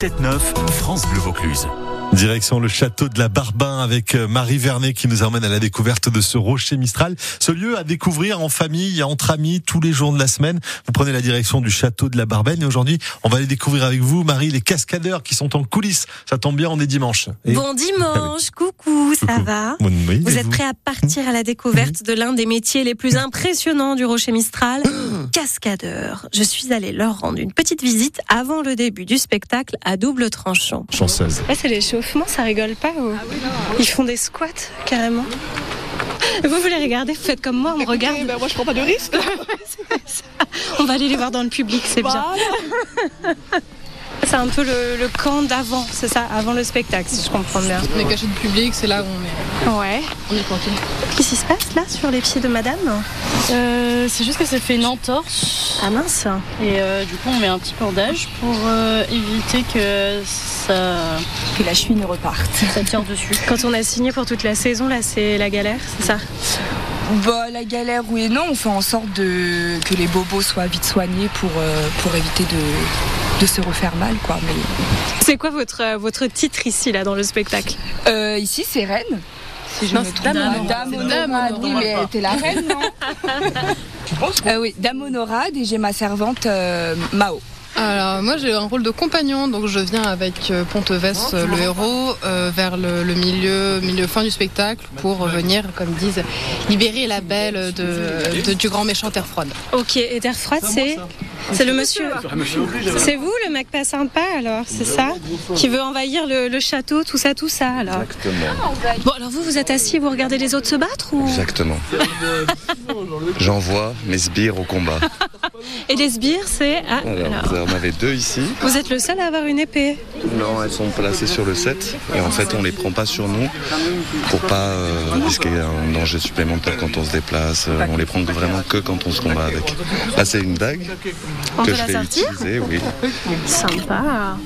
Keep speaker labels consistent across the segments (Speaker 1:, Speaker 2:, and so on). Speaker 1: Tête 9, France Bleu Vaucluse.
Speaker 2: Direction le château de la Barbin avec euh, Marie Vernet qui nous emmène à la découverte de ce rocher Mistral. Ce lieu à découvrir en famille, entre amis, tous les jours de la semaine. Vous prenez la direction du château de la Barbenne et aujourd'hui, on va aller découvrir avec vous, Marie, les cascadeurs qui sont en coulisses. Ça tombe bien, on est dimanche. Et-
Speaker 3: Bon dimanche, coucou, ça
Speaker 2: Coucou. Mm-hmm.
Speaker 3: va
Speaker 2: Oui, et
Speaker 3: Vous êtes prêts à partir à la découverte de l'un des métiers les plus impressionnants du Rocher Mistral,
Speaker 2: Mm.
Speaker 3: cascadeur. Je suis allée leur rendre une petite visite avant le début du spectacle à double tranchant.
Speaker 2: Chanceuse.
Speaker 3: Là, c'est l'échauffement, ça rigole pas ou...
Speaker 4: Ah
Speaker 3: Ils font des squats, carrément. Vous, vous les regardez, vous faites comme moi, on me
Speaker 5: Écoutez,
Speaker 3: regarde.
Speaker 4: bah,
Speaker 5: ben, moi, je prends pas de risque.
Speaker 3: On va aller les voir dans le public, c'est bien.
Speaker 5: Bah,
Speaker 3: C'est un peu le, le camp d'avant, c'est ça, avant le spectacle, si je comprends bien.
Speaker 5: On est caché du public, c'est là où on est,
Speaker 3: Ouais.
Speaker 5: on est tranquille.
Speaker 3: Qu'est-ce qui se passe là, sur les pieds de madame
Speaker 4: Euh, c'est juste que ça fait une entorse
Speaker 3: Ah mince
Speaker 4: et euh, du coup on met un petit cordage pour euh, éviter que ça,
Speaker 6: que la chouine reparte.
Speaker 4: ça tire dessus.
Speaker 3: Quand on a signé pour toute la saison, là, c'est la galère, c'est ça
Speaker 6: Bah, la galère, oui et non, on fait en sorte de... que les bobos soient vite soignés pour, euh, pour éviter de... de se refaire mal. Quoi. Mais,
Speaker 3: C'est quoi votre, euh, votre titre ici, là, dans le spectacle
Speaker 6: euh, ici, c'est reine. Si je
Speaker 4: Non,
Speaker 6: me
Speaker 4: c'est
Speaker 6: trompe
Speaker 4: Dame
Speaker 6: pas.
Speaker 4: Honorade.
Speaker 6: Dame
Speaker 4: C'est Dame
Speaker 6: Honorade,
Speaker 4: Honorade.
Speaker 6: oui, mais t'es la reine, non Euh, Oui, Dame Honorade et j'ai ma servante euh, Mao.
Speaker 5: Alors, moi, j'ai un rôle de compagnon, donc je viens avec euh, Pontevès, euh, le héros, euh, vers le, le milieu, milieu fin du spectacle pour venir, comme disent, libérer la belle de, de- du grand méchant Terre Froide.
Speaker 3: Ok, et Terre Froide, c'est c'est le monsieur. C'est vous, le mec pas sympa, alors, c'est ça Qui veut envahir le, le château, tout ça, tout ça, alors.
Speaker 7: Exactement,
Speaker 3: Bon, alors vous, vous êtes assis et vous regardez les autres se battre ou...
Speaker 7: exactement. J'envoie mes sbires au combat.
Speaker 3: Et les sbires, c'est... Ah,
Speaker 7: Alors,
Speaker 3: alors.
Speaker 7: vous en avez deux ici.
Speaker 3: Vous êtes le seul à avoir une épée.
Speaker 7: Non, elles sont placées sur le set. Et en fait, on les prend pas sur nous pour pas euh, risquer un danger supplémentaire quand on se déplace. Euh, on les prend vraiment que quand on se combat avec. Là, c'est une dague
Speaker 3: On
Speaker 7: que
Speaker 3: peut
Speaker 7: je
Speaker 3: la
Speaker 7: vais
Speaker 3: sortir
Speaker 7: utiliser, oui.
Speaker 3: Sympa.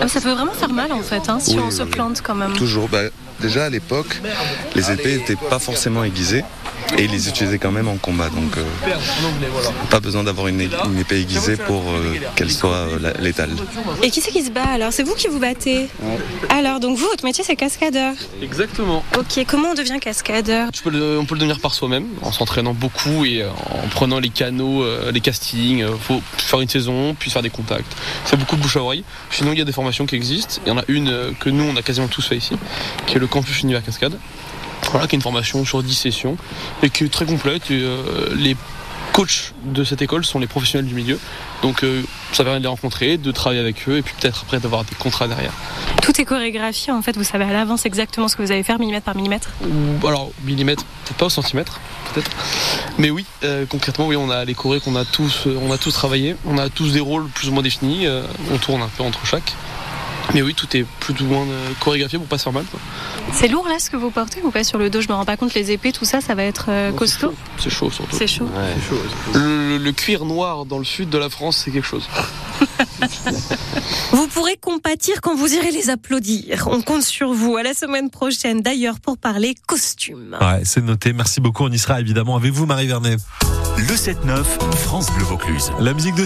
Speaker 3: Ah, ça peut vraiment faire mal, en fait, hein, si
Speaker 7: Oui,
Speaker 3: on
Speaker 7: oui,
Speaker 3: se
Speaker 7: oui.
Speaker 3: plante quand même.
Speaker 7: Toujours. Bah, déjà à l'époque, les épées n'étaient pas forcément aiguisées et ils les utilisaient quand même en combat. Donc, euh, pas besoin d'avoir une, é- une épée aiguisée pour euh, qu'elle soit euh, la- létale.
Speaker 3: Et qui c'est qui se bat alors C'est vous qui vous battez Alors, donc vous, votre métier, c'est cascadeur.
Speaker 8: Exactement.
Speaker 3: Ok, comment on devient cascadeur
Speaker 8: Tu peux le- on peut le devenir par soi-même, en s'entraînant beaucoup et euh, en prenant les canaux, euh, les castings. euh, faut faire une saison, puis faire des contacts. C'est beaucoup de bouche à oreille. Sinon, il y a des formations qui existent. Il y en a une euh, que nous, on a quasiment tous fait ici, qui est le Campus Univers Cascade. Voilà, qui est une formation sur 10 sessions et qui est très complète. et, euh, les coachs de cette école sont les professionnels du milieu. Donc, euh, ça permet de les rencontrer, de travailler avec eux et puis peut-être après d'avoir des contrats derrière.
Speaker 3: Tout est chorégraphié, en fait, vous savez à l'avance exactement ce que vous allez faire, millimètre par millimètre.
Speaker 8: Ou- alors millimètre, peut-être pas au centimètre, peut-être. Mais oui, euh, concrètement, oui, on a les chorés qu'on a tous, euh, on a tous travaillé, on a tous des rôles plus ou moins définis, euh, on tourne un peu entre chaque. Mais oui, tout est plus ou moins euh, chorégraphié pour pas se faire mal. quoi.
Speaker 3: C'est lourd là ce que vous portez ou pas sur le dos Je me rends pas compte, les épées, tout ça, ça va être euh,
Speaker 8: Donc, c'est
Speaker 3: costaud.
Speaker 8: chaud. C'est chaud surtout.
Speaker 3: C'est chaud.
Speaker 8: Le, le cuir noir dans le sud de la France, c'est quelque chose.
Speaker 3: Vous pourrez compatir quand vous irez les applaudir. On compte sur vous à la semaine prochaine, d'ailleurs, pour parler costume.
Speaker 2: Ouais, c'est noté. Merci beaucoup. On y sera évidemment avec vous, Marie Vernet.
Speaker 1: Le 7-9, France Bleu Vaucluse.
Speaker 2: La musique de